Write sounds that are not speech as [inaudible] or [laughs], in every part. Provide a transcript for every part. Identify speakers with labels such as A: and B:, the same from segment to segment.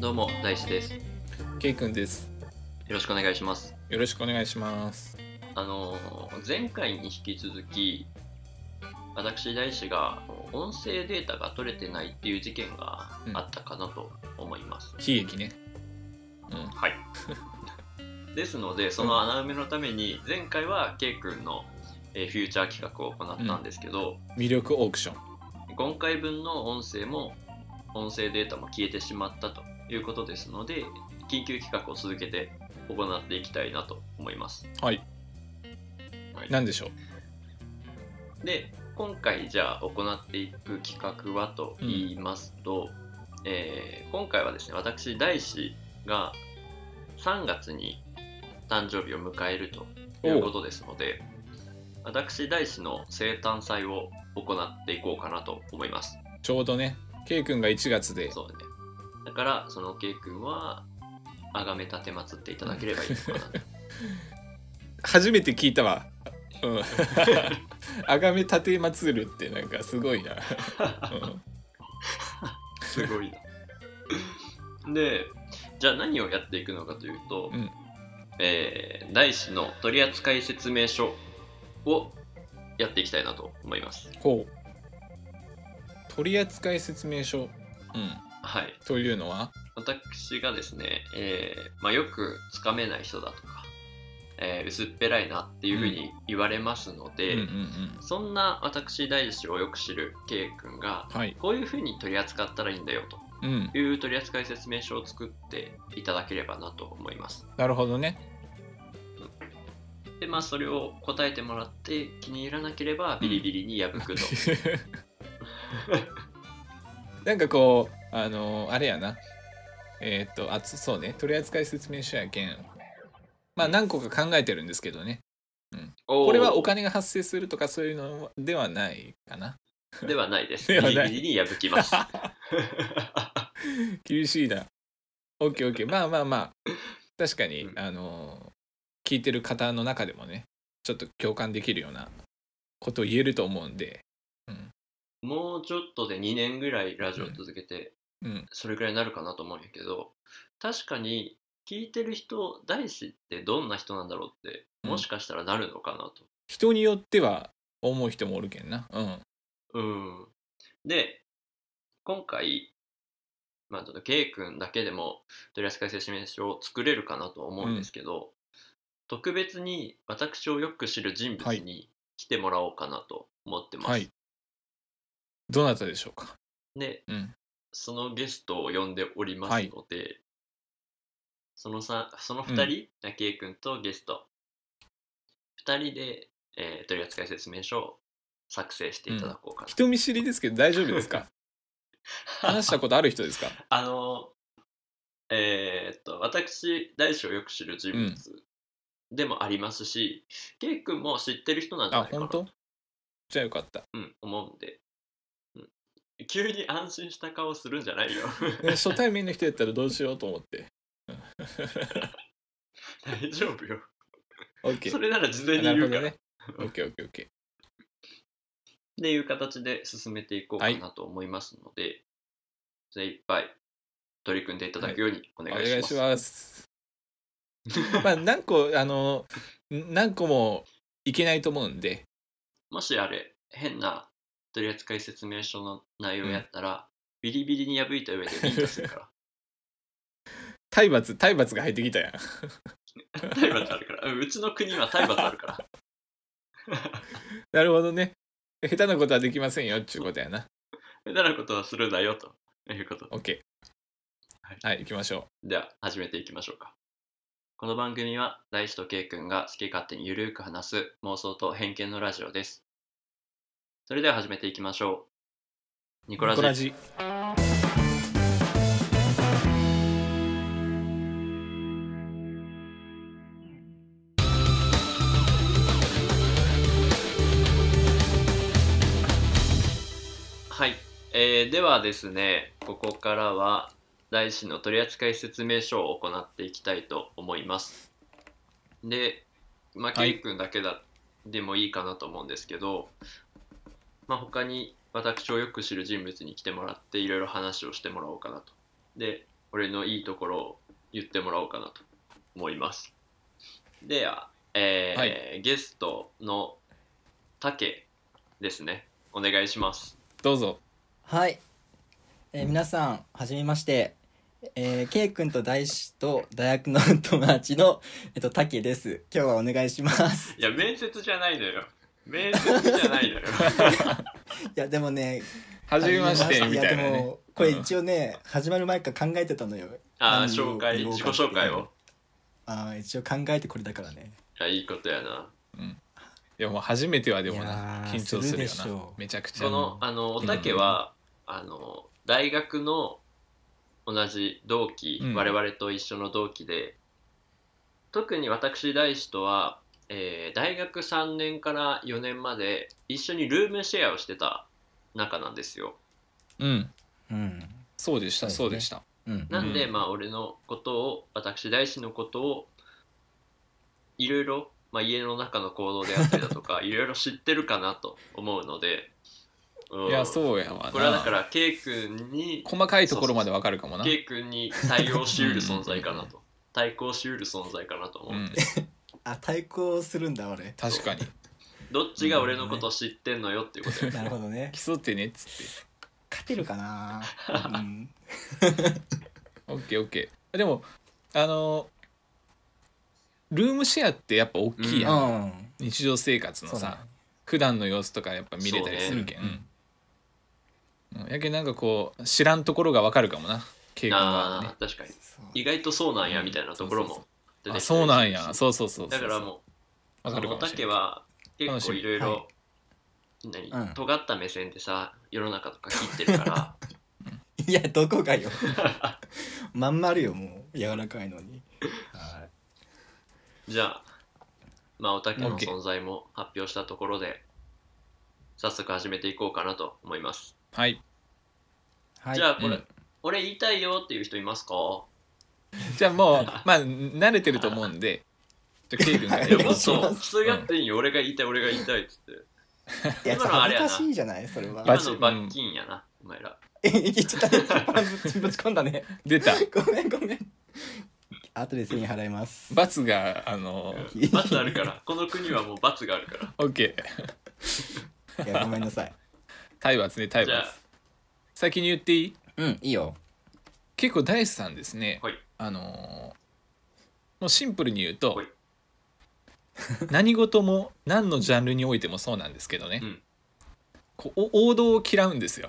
A: どうも大志ですよ
B: K 君です。
A: ろしくお願いします
B: よろしくお願いします。
A: あのー前回に引き続き私大志が音声データが取れてないっていう事件があったかなと思います、
B: 悲劇ね。
A: はい [laughs] ですのでその穴埋めのために前回は K 君のえーフューチャー企画を行ったんですけど、
B: 魅力オークション。
A: 今回分の音声も音声データも消えてしまったということですので緊急企画を続けて行っていきたいなと思います、
B: はい。
A: はい
B: なんでしょう。
A: で今回じゃあ行っていく企画はと言いますと、えー今回はですね私大志が3月に誕生日を迎えるということですので私大志の生誕祭を行っていこうかなと思います
B: ちょうどね、K 君が1月で。
A: そうだねだからその K 君はあがめたてまつっていただければいいのかなと
B: [laughs] 初めて聞いたわ。うん。あがめたてまつるってなんかすごいな。うん
A: すごいな。で、じゃあ何をやっていくのかというと、
B: うん
A: えー、大志の取扱説明書をやっていきたいなと思います。
B: ほう。取扱説明書。うん。
A: はい。
B: というのは。
A: 私がですね、えーまあ、よくつかめない人だとか、えー薄っぺらいなっていうふうに言われますの
B: うん
A: で、
B: うんうん。
A: そんな私大志をよく知る K 君が、
B: はい。
A: こういうふうに取り扱ったらいいんだよと
B: うん。
A: いう取扱説明書を作っていただければなと思います。
B: なるほどね。
A: でまあそれを答えてもらって気に入らなければビリビリに破くと、
B: なんかこうあのあれやなえーっとあつそうね取扱説明書やけんまあ何個か考えてるんですけどね
A: おー
B: [laughs] これはお金が発生するとかそういうのではないかな [laughs]
A: ではないです
B: では
A: ビ
B: ない
A: リビリに破き
B: [laughs]
A: ます
B: 厳しいな
A: [laughs]
B: OKOK まあまあまあ確かに
A: うん
B: あの聞いてる方の中でもねちょっと共感できるようなことを言えると思うんで
A: もうちょっとで2年ぐらいラジオ続けて
B: うん
A: それぐらいになるかなと思うんやけど確かに聞いてる人大志ってどんな人なんだろうって
B: うん
A: もしかしたらなるのかなと
B: 人によっては思う人もおるけんなうん
A: うんで今回まあちょっと K 君だけでも取扱説明書を作れるかなと思うんですけど、特別に私をよく知る人物に来てもらおうかなと思ってます、
B: はいどなたでしょうか
A: で
B: うん
A: そのゲストを呼んでおります
B: はい
A: ので、そのさその2
B: う
A: 人、だ K 君とゲスト2人で、えー取扱説明書を作成していただこうかな、
B: 人見知りですけど大丈夫です
A: [laughs]
B: か話したことある人ですか
A: あの、えーっと、私、大志をよく知る人物でもありますし、ケイ君も知ってる人なんじゃ
B: あ
A: ない、かな
B: 本当
A: と、
B: じゃあよかった。
A: うん、思うんで、うん急に安心した顔するんじゃない
B: [laughs]
A: よ。
B: ね初対面の人やったらどうしようと思って。
A: 大丈夫よ。
B: OK。
A: それなら事前に
B: な
A: 言
B: る
A: う
B: ほ
A: か
B: ど
A: ら。
B: ね。OKOKOK。
A: っていう形で進めていこうかなと思いますので、精一杯取り組んでいただくようにお
B: お
A: 願いし
B: 願い
A: ます。
B: します。まあ何個、あの、ん何個もいけないと思うんで、
A: もしあれ、変な取扱説明書の内容やったら、ビリビリに破いた上でビンタするから。
B: 体罰、体罰が入ってきたやん。 [laughs]
A: [laughs] 体罰あるからうんうちの国は体罰あるから [laughs]
B: なるほどね。下手なことはできませんよっていうことやな。
A: 無駄なことはするなよということ
B: OK。
A: はい
B: はい、行きましょ
A: では始めていきましょうかこの番組は大志と圭君が好き勝手にゆるく話す妄想と偏見のラジオですそれでは始めていきましょうニ
B: う。
A: コラジ
B: ジ。
A: はい、えーではですねここからは大志の取扱説明書を行っていきたいと思いますでまあ
B: は
A: ケ
B: い
A: イ君だけだ、でもいいかなと思うんですけど、まあ、他に私をよく知る人物に来てもらっていろいろ話をしてもらおうかなとで俺のいいところを言ってもらおうかなと思いますでは、えー
B: は
A: ゲストの竹ですねお願いします
B: どうぞ
C: はい、えー皆さんはじめまして、えー、K 君と大志と大学の友達の、えっと、竹です今日はお願いします
A: いや面接じゃないのよ面接じゃないのよ
C: [laughs] いやでもね
B: 初めまして
C: はじ
B: み
C: めま
B: たい
C: や
B: な
C: で
B: ね
C: もこれ一応ね、始まる前から考えてたのよ
A: ああ
C: 何を
A: 紹介
C: 言おう
A: 自己
C: かって
A: 紹介を
C: あー一応考えてこれだからね
A: いやいいことやな
B: でも初めてはでもない
C: やー
B: 緊張するよ
C: するでし
B: な
C: ょう
B: めちゃくちゃ
A: そのあのおたけは、あの大学の同じ同期、
B: うん
A: 我々と一緒の同期で特に私大志とは、えー大学3年から4年まで一緒にルームシェアをしてた仲なんですよ
B: うん
C: うん
B: そうでしたそ
C: そうう
B: で
C: で
B: し
C: す
B: た
C: うん
A: なんで、
B: うん
A: まあ俺のことを私大志のことをいろいろ、まあ、家の中の行動であったりだと
B: [laughs]
A: かいろいろ知ってるかなと思うので、うん
B: いやそうやわな
A: これはだから K 君に
B: 細かいところまでわかるかもな
A: K 君に対応しうる存在かなと対抗しうる存在かなと思う、
B: うん
C: あ対抗するんだ俺
B: 確かに
A: どっちが俺のことを知ってんのよっていうこ
B: [laughs]
A: とよ
C: なるほどね
B: 競ってねっつっ
C: 勝てるかな、うん、
B: てオッケーオッケーでもあのルームシェアってやっぱ大きいやん、
C: うん
B: 日常生活の
C: そう
B: さ
C: だね
B: 普段の様子とかやっぱ見れたりするけん、
C: そうね
B: うんやけんなんかこう知らんところがわかるかもな経験がね
A: あー確かに
C: そう
A: 意外とそうなんやみたいなところも出てきたり
B: あ
A: するし
B: そうなんやそうそうそうそう
A: だからもうそ
B: わかる
A: のお
B: かも
A: た
B: しれ
A: け
B: ん
A: は
B: 楽
A: 結
B: し
A: 構
B: み
A: いろい
C: は
A: ろ
C: う
A: 何
C: ん
A: 尖った目線でさ世の中とか切ってるから
B: [laughs]
C: いやどこがよまん丸よもう柔らかいのにはい
A: じゃあまあおたけの
B: OK
A: 存在も発表したところで早速始めていこうかなと思います、
B: はい
C: はい、
A: じゃあこれ、
B: うん
A: 俺言いたいよっていう人いますか
B: [laughs] じゃあもうまあ慣れてると思うんでじゃあケイ君が
A: [laughs]
C: い
A: いや
C: や
A: も
C: も
A: っ
C: っ
A: と
C: と
A: 普通がっていいよ、俺が言いたい俺が言いたいっつって
C: いや
A: 今のあれや
C: 恥
A: な
C: ずかしいじゃないそれは [laughs]
B: バ
A: 今
B: チ
A: の罰金やな、お前ら
C: えちょっとぶち込んだね
B: 出た
C: [laughs] ごめんごめん後で1000円払います
B: 罰があの
C: い
A: 罰あるからこの国はもう罰があるから
B: オッケー
C: いやごめんなさい
B: 体罰ね体
A: じゃ
B: 罰
A: あ
B: 先に言っていい
C: うんいいよ
B: 結構大志さんですね、
A: はい
B: あのーもうシンプルに言うと、
A: はい
B: [laughs] 何事も何のジャンルにおいてもそうなんですけどね、
A: うん
B: こうお王道を嫌うんで
A: [laughs]
B: すよ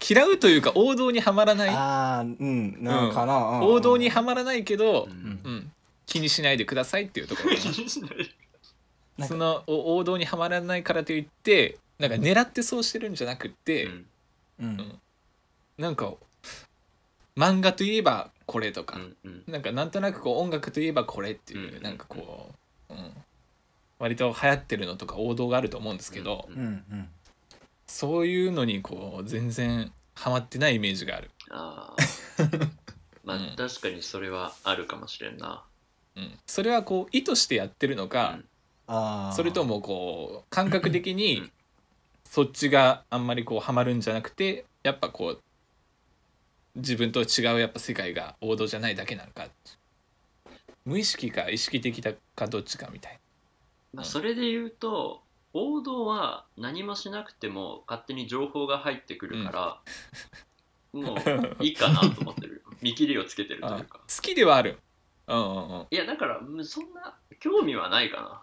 B: 嫌うというか王道にはまらない
C: ああうんなんかな、うん
B: 王道にはまらないけど
A: う、
C: ん
B: うん、気にしないでくださいっていうところかな
A: 気にし [laughs] ない
C: なん
B: そ
C: か
B: のお王道にはまらないからといってなんか狙ってそうしてるんじゃなくって、
A: うん
C: うん
B: なんか漫画といえばこれとか
A: う、んうん
B: なんかなんとなくこう音楽といえばこれっていう、
A: うん
B: なんかこう、うん、割と流行ってるのとか王道があると思うんですけど、
A: う
C: うん
A: ん
C: うん
B: そういうのにこう全然ハマってないイメージがある、
A: あ
B: [laughs]
A: ーま
B: うん
A: あ確かにそれはあるかもしれんな
B: うん、それはこう意図してやってるのか、
C: ああ
B: それともこう感覚的
A: う
B: に
A: ん
B: そっちがあんまりこうハマるんじゃなくてやっぱこう自分と違うやっぱ世界が王道じゃないだけなのか無意識か意識的だかどっちかみたい
A: ま
B: な。
A: あ
B: うん
A: それで言うと王道は何もしなくても勝手に情報が入ってくるから、もういいかなと思って
B: [laughs]
A: る見切りをつけてるとい
B: あ
A: うか
B: 好きではある、うんうんうん、
A: いやだからうんそんな興味はないか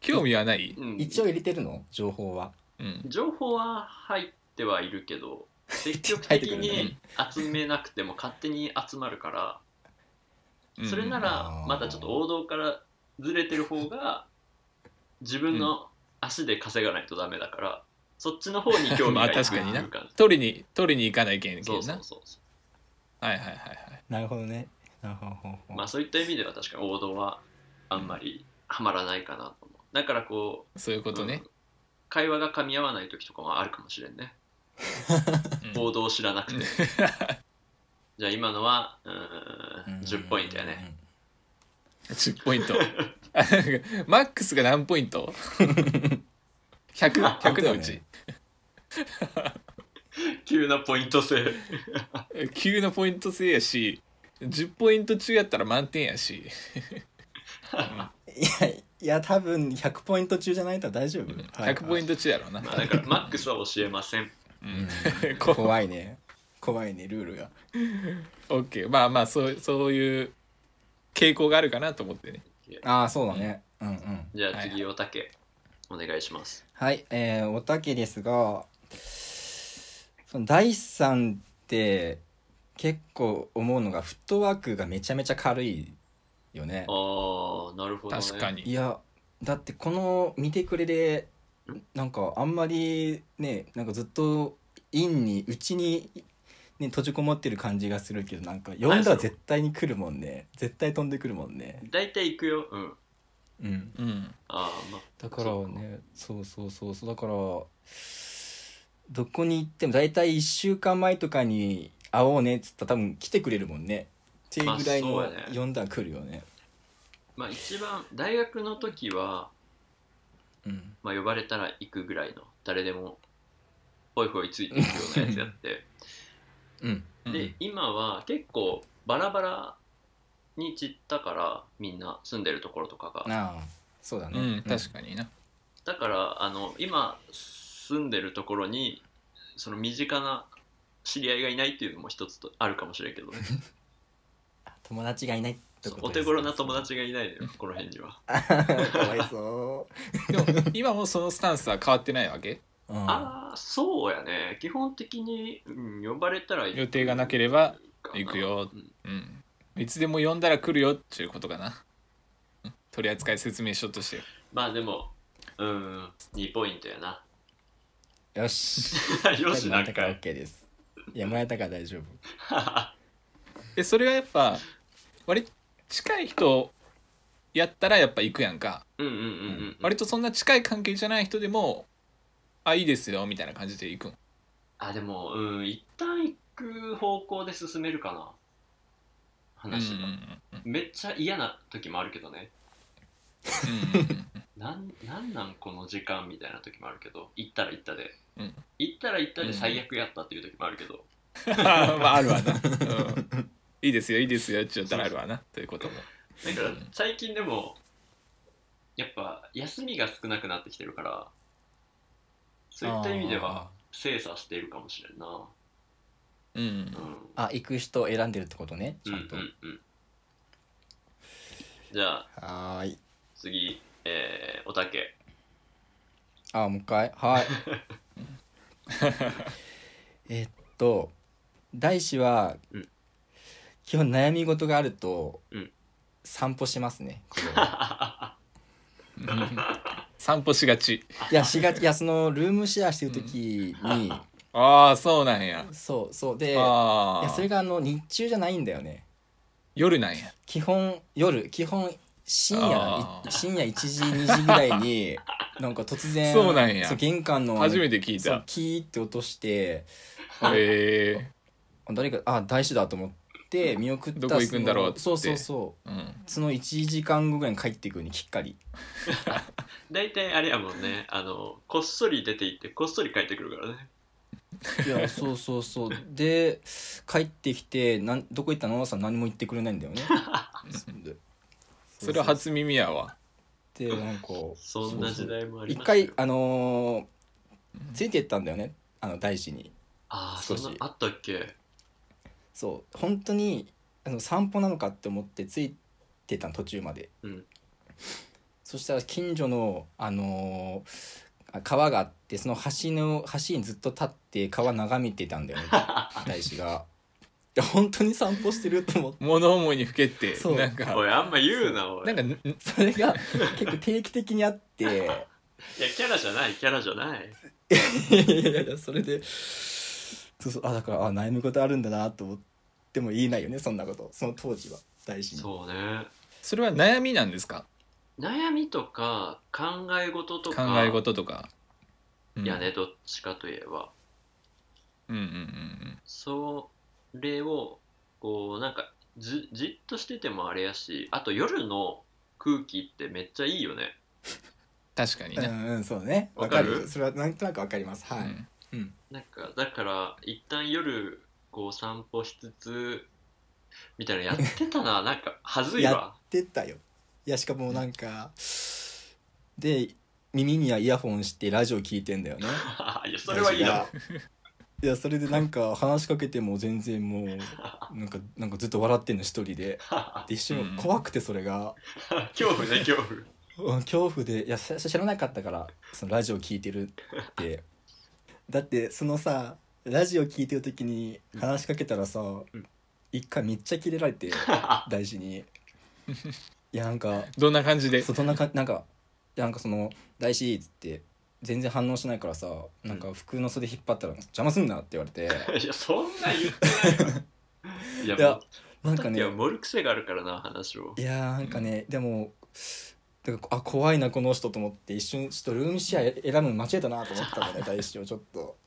B: 興味はない
A: な、うん、
C: 一応入れてるの情報は
B: うん、
A: 情報は入ってはいるけ
B: [laughs]
A: ど積極的に集めなくても勝手に集まるからそれなら
C: うん
A: またちょっと王道からずれてる方
B: [laughs]
A: が自分の足で稼がないとダメだからそっちの方に興味がいくっていう
B: [laughs] まあ
A: 感
B: 確
A: じ、
B: 取りに取りに行かないけんけんな
A: そうそうそうそ
B: はいはいはいはい
C: なるほどねなるほどほうほ
A: う
C: う
A: まあそういった意味では確かに王道はあんまりはまらないかなと思うだからこう
B: そういうことね
A: うん、会話が噛み合わない時とかもあるかもしれんね
B: うん
A: 王道を知らな
B: [laughs]
A: くてじゃあ今のはうーん10ポイントやね
B: 10ポイント [laughs] あなんかマックスが何ポイ
A: [laughs]
B: ント 100, 100のうち
A: 急なポイント制
B: 急なポイント制やし10ポイント中やったら満点やし
C: いやいや多分100ポイント中じゃないと大丈夫、はい
B: 100ポイント中やろうな、
A: まあだ
B: [laughs]
A: からマックスは教えません
B: うん、こう
C: 怖いね怖いねルールが
B: OK まあまあそうそういう傾向があるかなと思ってね
C: ああそうだねうんうん
A: じゃあ次おたけお願いします
C: はい、えー、おたけですが、その第三って結構思うのがフットワークがめちゃめちゃ軽いよね
A: あ。ーなるほど、ね、
B: 確かに
C: いや、だってこの見てくれで、なんかあんまりね、なんかずっと陰に、内に、ね、閉じこもってる感じがするけど、なんか読んだら絶対に来るもんね。絶対飛んでくるもんね。
A: 大体行くようん
C: うん。
B: うん
A: あーまあ
C: だからねそうそうそうそうだからどこに行っても大体1週間前とかに会おうねっつったら多分来てくれるもんねっていうぐらい
A: ま
C: の
A: あそうやね
C: 呼んだら来るよね,、
A: まあ一番大学の時は、
C: うん、
A: まあ、呼ばれたら行くぐらいの誰でもホイホイついていくようなやつやって
C: うん
B: [laughs] うん
A: で今は結構バラバラに散ったからみんな住んでるところとかが
C: ああそうだね、
B: うん、
C: か
B: 確かにな、
A: だからあの今住んでるところにその身近な知り合いがいないっていうのも一つとあるかもしれんけどね
C: 友達がいないってこと
A: お手頃な友達がいないのよこの辺には
C: 達 [laughs] かわいそ
B: でも今もそのスタンスは変わってないわけ
C: う、うん、
A: ああそうやね基本的に、うん、呼ばれたら行く
B: 予定がなければ
A: かな
B: 行くよ
A: うん
B: うんいつでも呼んだら来るよっていうことかなうん取扱説明書として
A: まあでもうん2ポイントや
B: [laughs]
A: な
C: よし
A: [laughs] よし
C: も
A: な
C: らえ
A: ん
C: た
A: か
C: から
A: い
C: OK ですいやもらえたから大丈夫
B: えそれはやっぱ割と近い人やったらやっぱ行くやんか
A: [laughs] うんうんうんうん
B: 割とそんな近い関係じゃない人でもあいいですよみたいな感じで行くん
A: あでもうん一旦行く方向で進めるかな話が、
B: うん
A: めっちゃ嫌な時もあるけどね
B: うんうんうん
A: なんなんなんこの時間みたいな時もあるけど行ったら行ったで、
B: うん
A: 行ったら行ったで最悪やったっていう時もあるけど、
B: あーまああるわな、うんいいですよいいですよって言ったらあるわなということも
A: だから最近でもやっぱ休みが少なくなってきてるからそういった意味では精査しているかもしれんな
B: うんうん
A: うん
C: あ行く人を選んでるってことねち
A: うん
C: ゃ
A: うん
C: んと、
A: うんじゃあ
C: はーい
A: 次えー、おたけ
C: あもう一回
B: [laughs]
C: はいえっと大志は、
A: うん
C: 基本悩み事があると、
A: うん
C: 散歩しま
B: [laughs]
C: すねこれ
B: 散歩しがち
C: いやしがいやそのルームシェアしてる時に、
B: ああそうなんや
C: そうそうでいや
B: ああ
C: それがあの日中じゃないんだよね
B: 夜なんや
C: 基本夜基本深夜
B: あー
C: い深夜1時2時ぐらいになんか突然
B: そうなんや
C: そう玄関の
B: 初めて聞い
C: そう
B: た
C: キーって落として
B: へえ
C: 誰かあ大志だと思って見送った
B: どこ行くんだろうっつって
C: そのそうそうそう
B: うん
C: その1時間後ぐらいに帰ってくるにきっかり
A: 大体あれやもん
C: [laughs]
A: ねあのこっそり出て行ってこっそり帰ってくるからね
C: いや [laughs] そうそうそうで帰ってきてなんどこ行ったのさ何も言ってくれないんだよねそんで
B: [laughs] それは初耳やわ
C: でなんか
A: そんな時代もあり
C: 一
A: ましたよ
C: 回あのーついてったんだよねあの大志に
A: ああそ
C: 少
A: ん
C: し
A: なのあったっけ
C: そう本当にあの散歩なのかって思ってついてたの途中まで
A: うん
C: そしたら近所の、あのーあ川があってその橋の橋にずっと立って川眺めてたん
A: [laughs]
C: だよね大志がいや本当に散歩してると思って
B: 物思いにふけって
C: そう
B: なんか
A: おいあんま言うなおい
B: なんかんん
C: それが結構定期的にあってい
A: [laughs]
C: や
A: いやキャラじゃないキャラじゃない
C: いやいやそれでそうそうあだからあ悩むことあるんだなと思っても言えないよねそんなことその当時は大志に
A: そうね
B: それは悩みなんですか
A: 悩みとか考え事と
B: 考
A: か
B: え事とか、うん
A: やねどっちかといえば
B: うんうんうん
A: それをこうなんかじじっとしててもあれやしあと夜の空気ってめっちゃいいよね
B: 確かに
C: う
B: ね、
C: んうんそうねわ
A: わ
C: か
A: か
C: る
A: る
C: それはなんとなくわかりますはい、
B: うんうん
A: なんかだから一旦夜こう散歩しつつみたいなのやってたななんか恥ずいわ
C: 出たよいやしかもなんかで耳にはイヤホンしてラジオ聞いてんだよね
A: い [laughs] やそれはいいだろ
C: いやそれでなんか話しかけても全然もうなんかなんかずっと笑ってんの一人でで一瞬怖くてそれが、
A: [laughs] 恐怖ね恐怖
C: うん恐怖でいや最初知らなかったからそのラジオ聞いてるってだってそのさラジオ聞いてる時に話しかけたらさ、
A: ん
C: 一回めっちゃキレられて大事にいやなんか
B: どんな感じで
C: そうそんなかなんかいやなんかその「大志」っつって全然反応しないからさなんか服の袖引っ張ったら「邪魔すんな」って言われて
A: [laughs] いやそんな言ってないわいや
C: いや
A: も
C: な
A: うんだ
C: か
A: っ
C: ね
A: て盛る癖があるからな話を
C: いやーなんかね、でもだからあ怖いなこの人と思って一瞬ちょっとルームシェア選ぶの間違えたなと思ったのね大志をちょっと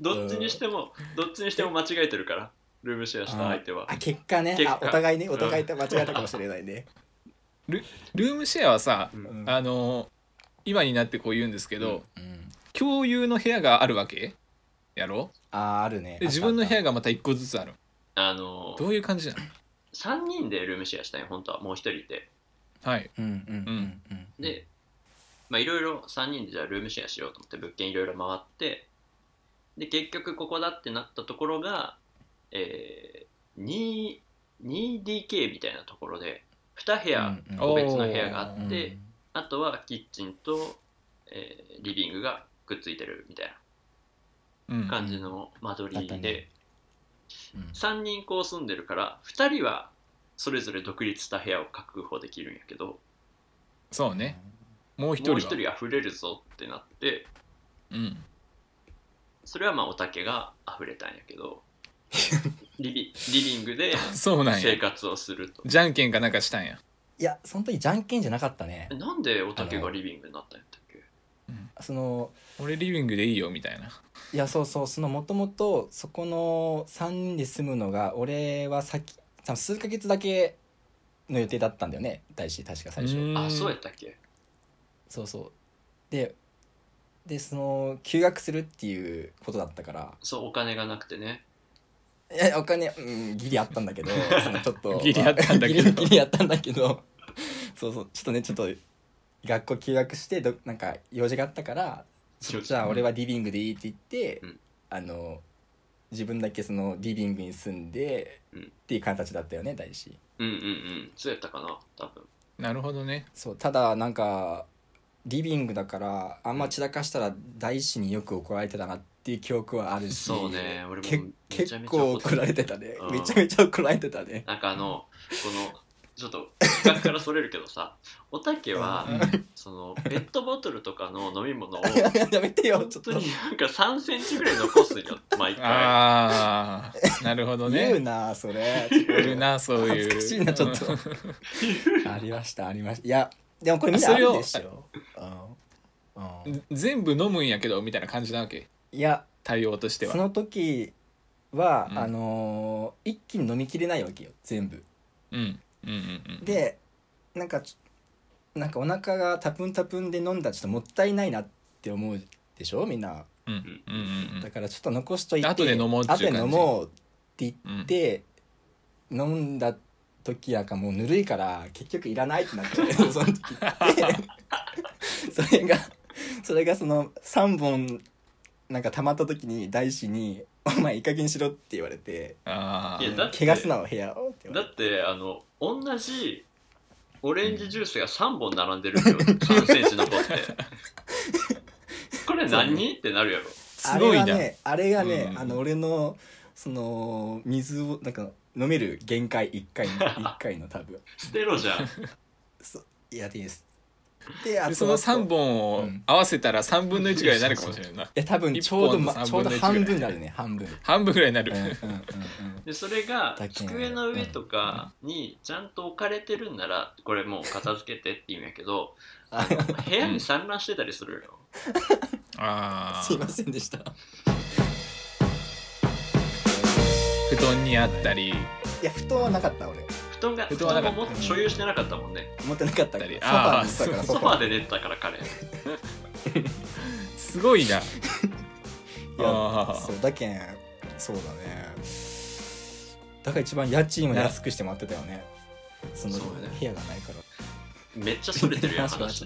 A: どっちにしてもどっちにしても間違えてるからルームシェアした相手は
C: あ結果ね
A: 結果
C: あお互いねお互い間違えたかもしれないね
B: ルームシェアはさ、
A: うん
C: うん
B: あの今になってこう言うんですけど、
C: うん
B: 共有の部屋があるわけやろ
C: あーあるね
B: で自分の部屋
C: が
B: がまた一個ずつある
A: あの
B: どういう感じなの
A: 3人でルームシェアしたい本当はもう1人いて
B: はい
C: うんうんうんうん
A: でまあいろいろ3人でじゃあルームシェアしようと思って物件いろいろ回ってで結局ここだってなったところが、えー、2 2DK みたいなところで2部屋
C: うんうん
A: 個別の部屋があって、
C: うん
A: あとはキッチンと、えーリビングがくっついてるみたい
B: うん
A: な感じの間取
C: あった
A: りで
C: ね、うん
A: 3人こう住んでるから2人はそれぞれ独立した部屋を確保できるんやけど
B: そうねもう一人
A: もう
B: は
A: 1人溢れるぞってなって
B: うん、
A: それはまあおたけが溢れたんやけ
B: [laughs]
A: どリビリビングで
B: そうなんや
A: 生活をすると
B: じゃんけんかなんかしたんや
C: いやその時じゃんけんじゃなかったね
A: えなんでおたけがリビングになったんやったっけ
C: その
B: 俺リビングでいいよみたいない
C: やそうそうそのもともとそこの3人で住むのが俺は先さ数ヶ月だけの予定だったんだよね大志確か最初、
B: ーん
A: あそうやったっけ
C: そうそうででその休学するっていうことだったから
A: そうお金がなくてね
C: いやお金、うん、ギリあったんだけどそのちょっと
B: [laughs] ギリあったんだけど
C: まあ [laughs] ギリギリあったんだけどそうそうちょっとねちょっと学校休学してどなんか用事があったからじゃあ俺はリビングでいいって言って、
A: うん
C: あの自分だけそのリビングに住んで、
A: うん
C: っていう形だったよね大志
A: うんうんうんそうやったかな多分
B: なるほどね
C: そうただなんかリビングだからあんま散らかしたら大志によく怒られてたなっていう記憶はあるし
A: そうね俺も
C: け
A: めちゃ
C: 結
A: めちゃ
C: 構怒られてたね
A: うん
C: めちゃめちゃ怒られてた
A: [laughs]
C: ね
A: なんかあのこのちょっと企画からそれるけどさおたけは
B: うん
A: そのペットボトルとかの飲み物
B: [laughs]
A: を
C: やめてよ
A: 本
C: ちょっ
A: 当
C: と
A: になんか3センチぐらい残すんよ毎回
B: ああなるほど
C: 言う
B: ね
C: なそれ
B: いるなそういう
C: 恥ずかしいなちょっと
B: うん
C: [laughs] ありましたありましたいやでもこれみんな
B: そ
C: あ
B: れを
C: るでしょ、うんうん、
B: 全部飲むんやけどみたいな感じなわけ
C: いや
B: 対応として
C: そ
B: は
C: の時は、
B: うん
C: あのー一気に飲みきれないわけよ全部
B: うんうんうんうん
C: でなんかちょなんかお腹がタプンタプンで飲んだらちょっともったいないなって思うでしょみんな
B: うんうんうん
C: だからちょっと残しといて
B: 後で飲もうっていう感じ
C: 後で飲もうって
B: うんう
C: 言っ
B: ん
C: て、飲んだ時やかもうぬるいから結局いらないってなっ
B: [laughs]
C: てその時でそれがそれがその3本なんか溜まった時に大志に「お前いい加減しろ」って言われて
B: あ
A: いや
B: あ
A: だって
C: 怪我すなお部屋を」って言
A: だ
C: われて
A: ってあの同じオレンジジュースが3本並んでるのよ3センチ残ってこれ何、ってなるやろ
B: すごいな
C: あれがねあれがね、
B: うん
C: あの俺のその水をなんか飲める限界1回の
B: [laughs]
C: 一回の多分
A: 捨てろじゃん
C: いやですであ
B: で
C: と
B: その3本
C: う
B: を
C: ん
B: 合わせたら3分の1ぐらいになるかもしれないな
C: え多分
B: 一
C: ちょうど、
B: 本の
C: ま、ちょう
B: 3
C: ど
B: 分の
C: 半
B: 一ぐらい
C: 分になるね半分
B: 半分ぐらいにな
C: う
B: る
C: んうんうん
A: でそれが
C: だけ
A: 机の上とかにちゃんと置かれてるんならこれもう片付けてって言うんやけど
C: あ
A: 部屋に散乱してたりするよ
B: [laughs] あ
C: すい
B: あ
C: ませんでしたい
B: 布団にあったり
C: や布団はなかった俺
A: 布団が布
B: 布団はな
A: 団
B: か
A: を
B: った
A: も所有してなかったもんね
C: 持ってなかったから
B: あ
C: ソフ
B: ー
C: ァーにしたから
A: ソファーで寝てたから彼
B: すごいな
C: いや
B: あー
C: そうだけんそうだねだから一番家賃を安くしてもらってたよねその
A: そうだね
C: 部屋がないから
A: めっちゃそれてる
C: [laughs]
A: やん話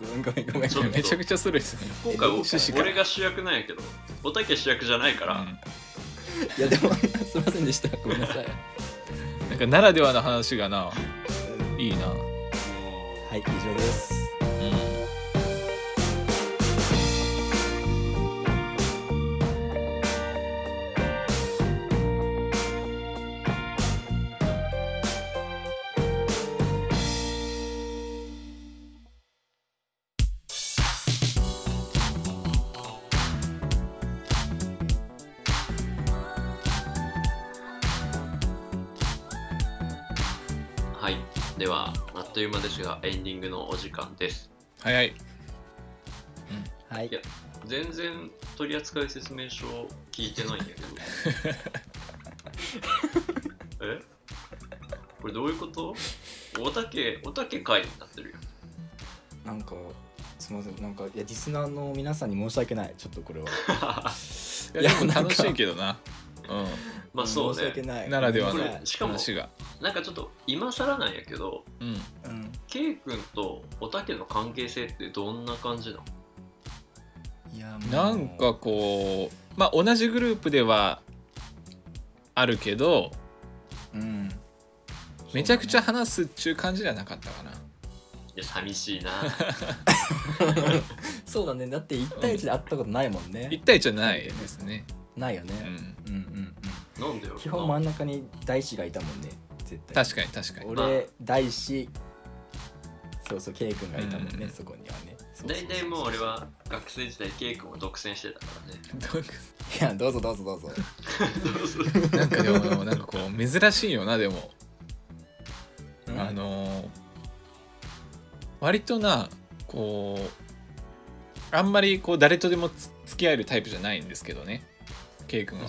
C: ごめんごめんごめん
A: ちょっと
B: めちゃくちゃそれですね。
A: 今回お
B: 趣旨が
A: 俺が主役なんやけどおたけ主役じゃないから、
C: いやでもすいませんでしたごめんなさい
B: うんなんかならではの話がな、いいな。
C: はい以上です
A: はいではあっという間ですがエンディングのお時間です
B: 早い。
C: はい
A: いや全然取扱説明書聞いてないんだけど
C: [laughs]
A: えこれどういうことおたけおたけ会になってるよ
C: なんかすみませんなんかいやリスナーの皆さんに申し訳ないちょっとこれは
B: いや、でも
C: いやなん
B: 楽
C: か
B: しいけどな。
A: まあそう
C: 申し訳
A: ね
C: ない
B: ならでは
C: ご
B: の
C: めん
A: こ
C: なさ
A: れ
C: い
A: しかも
B: 話が。
A: [laughs] なんかちょっと今更なんやけど
B: うん。
C: うん、
A: K 君とおたけの関係性ってどんな感じなの
C: いや
B: なんかこう、まあ同じグループではあるけど、
C: うん
B: めちゃくちゃ話すっちゅう感じじゃなかったかな。
A: いや寂しい
C: [laughs]
A: な
C: そうだねだって1対1で会ったことないもん
B: 一
C: ね、
B: 対じゃないですね。
C: ないよ
B: う
C: ね、
B: ん。
C: うん、うんうん
A: なんでよ
C: 基本真ん中に大志がいたもんね絶対
B: 確かに確かに。
A: まあ
C: 俺大志そうそう K 君がいたもんね、
B: うん
C: そこにはねそうそう
A: 大
C: そう
A: 体もう俺は学生時代 K 君を独占してたからね
C: いやどうぞどうぞどうぞ
B: [laughs] なんかでも、なんかこう、珍しいよな、でも。あのー割となこうあんまりこう誰とでもつ付き合えるタイプじゃないんですけどね K [laughs] 君は、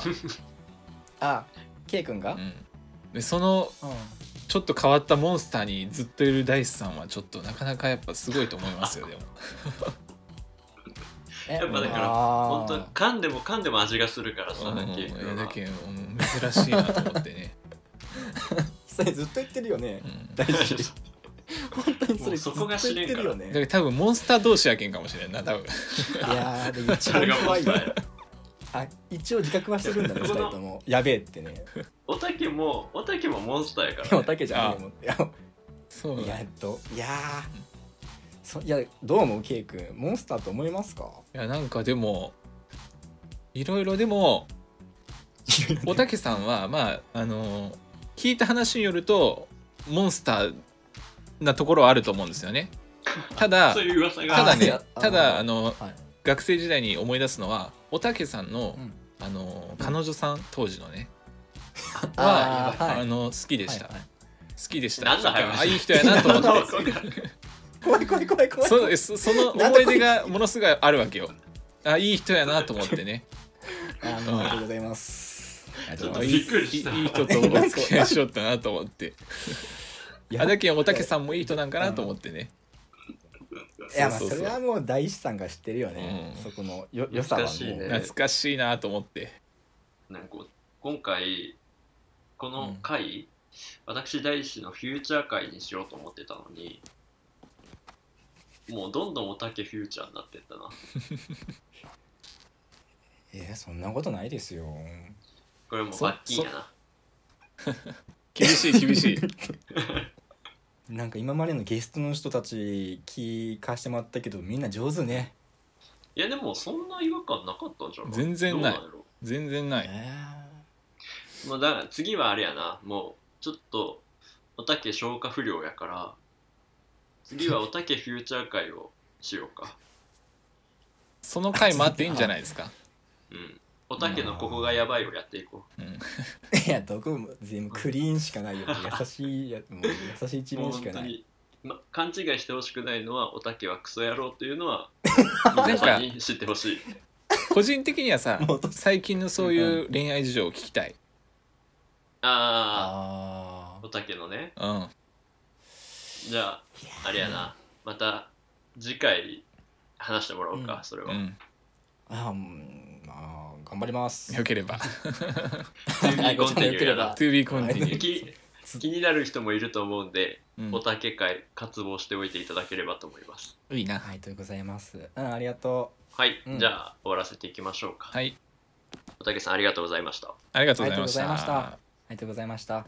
C: あ K 君が、
B: うん、でその
C: うん
B: ちょっと変わったモンスターにずっといる大志さんはちょっとなかなかやっぱすごいと思いますよでも
C: え
A: やっぱだから
C: あー
A: 本当噛んでも噛んでも味がするからさ、
B: うんい
A: K 君
B: や
A: は
B: だけどうん珍しいなと思ってね、
C: それずっと言ってるよね
B: うん、だ
C: 大
A: [laughs]
C: 志本当にそれずっと言ってるよ
B: か
C: ね
B: ら多分モンスター同士やけんかもしれんな多分
C: いやーでも一
A: [laughs] それがモ
C: 番
A: ン
C: 怖
A: ス
C: い
A: タ
C: よ
A: ーや
B: [laughs]
C: あ一応自覚はしてるんだね2
A: この
C: 人とも [laughs] やべえってね
A: おたけもおたけもモンスターやか
C: で
A: ら、
C: も
A: ね、
C: たけじゃないもん [laughs] いや
B: そう
C: いや
B: だ
C: え
B: い
C: っといやーそいやどう思う K 君モンスターと思いますか
B: やなんかでもいろいろでもおたけさんはまああの聞いた話によるとモンスターなところはあると思うんですよねただ
A: そういう噂が
B: ただ
C: い
B: ね
C: や
B: ただあの
C: はい
B: 学生時代に思い出すのはおたけさんの
C: うん
B: あの彼女さん当時のねは
C: あーはい
B: あの好きでした
C: はい
B: 好
C: はい
B: きでした
A: なんだ
B: ああいう人やなと思って
C: [laughs] 怖い怖い怖い怖い
B: そうそその思い出がものすごいあるわけよあいい人やなと思ってね
C: あーありがとうございますありが
A: ち
C: と
A: ょっと
C: うござい
A: びっくりした
B: いいい人とお付き合いしよったなと思って
C: ます
B: あだけんおたけさんもいい人なんかなと思ってね
C: いやまあ
B: そう
C: そ
B: そうそう
C: れはもう大師さんが知ってるよね、
B: うん
C: そこのよ良さはも、
A: 難しいうね
B: 懐かしいなと思って
A: なんかこう今回この回、私大志のフューチャー回にしようと思ってたのにもうどんどんおたけフューチャーになってったな
C: えーそんなことないですよ
A: これもう罰金やな
B: 厳しい厳し
C: [laughs]
B: い
C: なんか今までのゲストの人たち聞かしてもらったけどみんな上手ね、
A: いやでもそんな違和感なかったんじゃん
B: 全然ない
A: どうなんやろ
B: 全然ない
C: え
A: まあ、だから次はあれやなもうちょっとおたけ消化不良やから次はおたけフューチャー会をしようか
B: その回もあっていいんじゃないです
C: [laughs]
B: か、
A: うんおたけのここがやばいをやっていこ
B: うん、
C: [laughs] ーいやどこも全部クリーンしかないよ優しい
A: [laughs]
C: やもう優しいう一
A: もう
C: 面し
A: 本
C: か
A: 当
C: ない
A: に、ま、勘違いしてほしくないのはおたけはクソ野郎というのは
B: か
A: 皆さんに知ってほしい
B: 個人的にはさ
C: もうどう
B: 最近のそういう恋愛事情を聞きたい、
A: あ
C: あ
A: あおたけのね
B: うん、
A: じゃああれやなまた次回話してもらおうか、
C: うん
A: それ
B: う
A: は、
B: ん、
C: あーうんま頑張ります
B: よければ
A: 2B コンティニューや
C: は
A: ら
C: い
B: 2B コンティニュー
A: 気気になる人もいると思うんで、
B: うん
A: おたけ会渇望しておいていただければと思います
B: いいな
C: はいというございますうんありがと
A: はい、
C: うん
A: じゃあ終わらせていきましょうか、
B: はい
A: おたけさんありがとうございました
B: ありが
C: う
B: とうございまし
C: ありがとうございましたうありがとうございました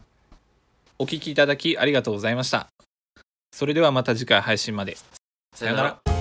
B: お聞きいただきありがとうございましたそれではまた次回配信までさようなら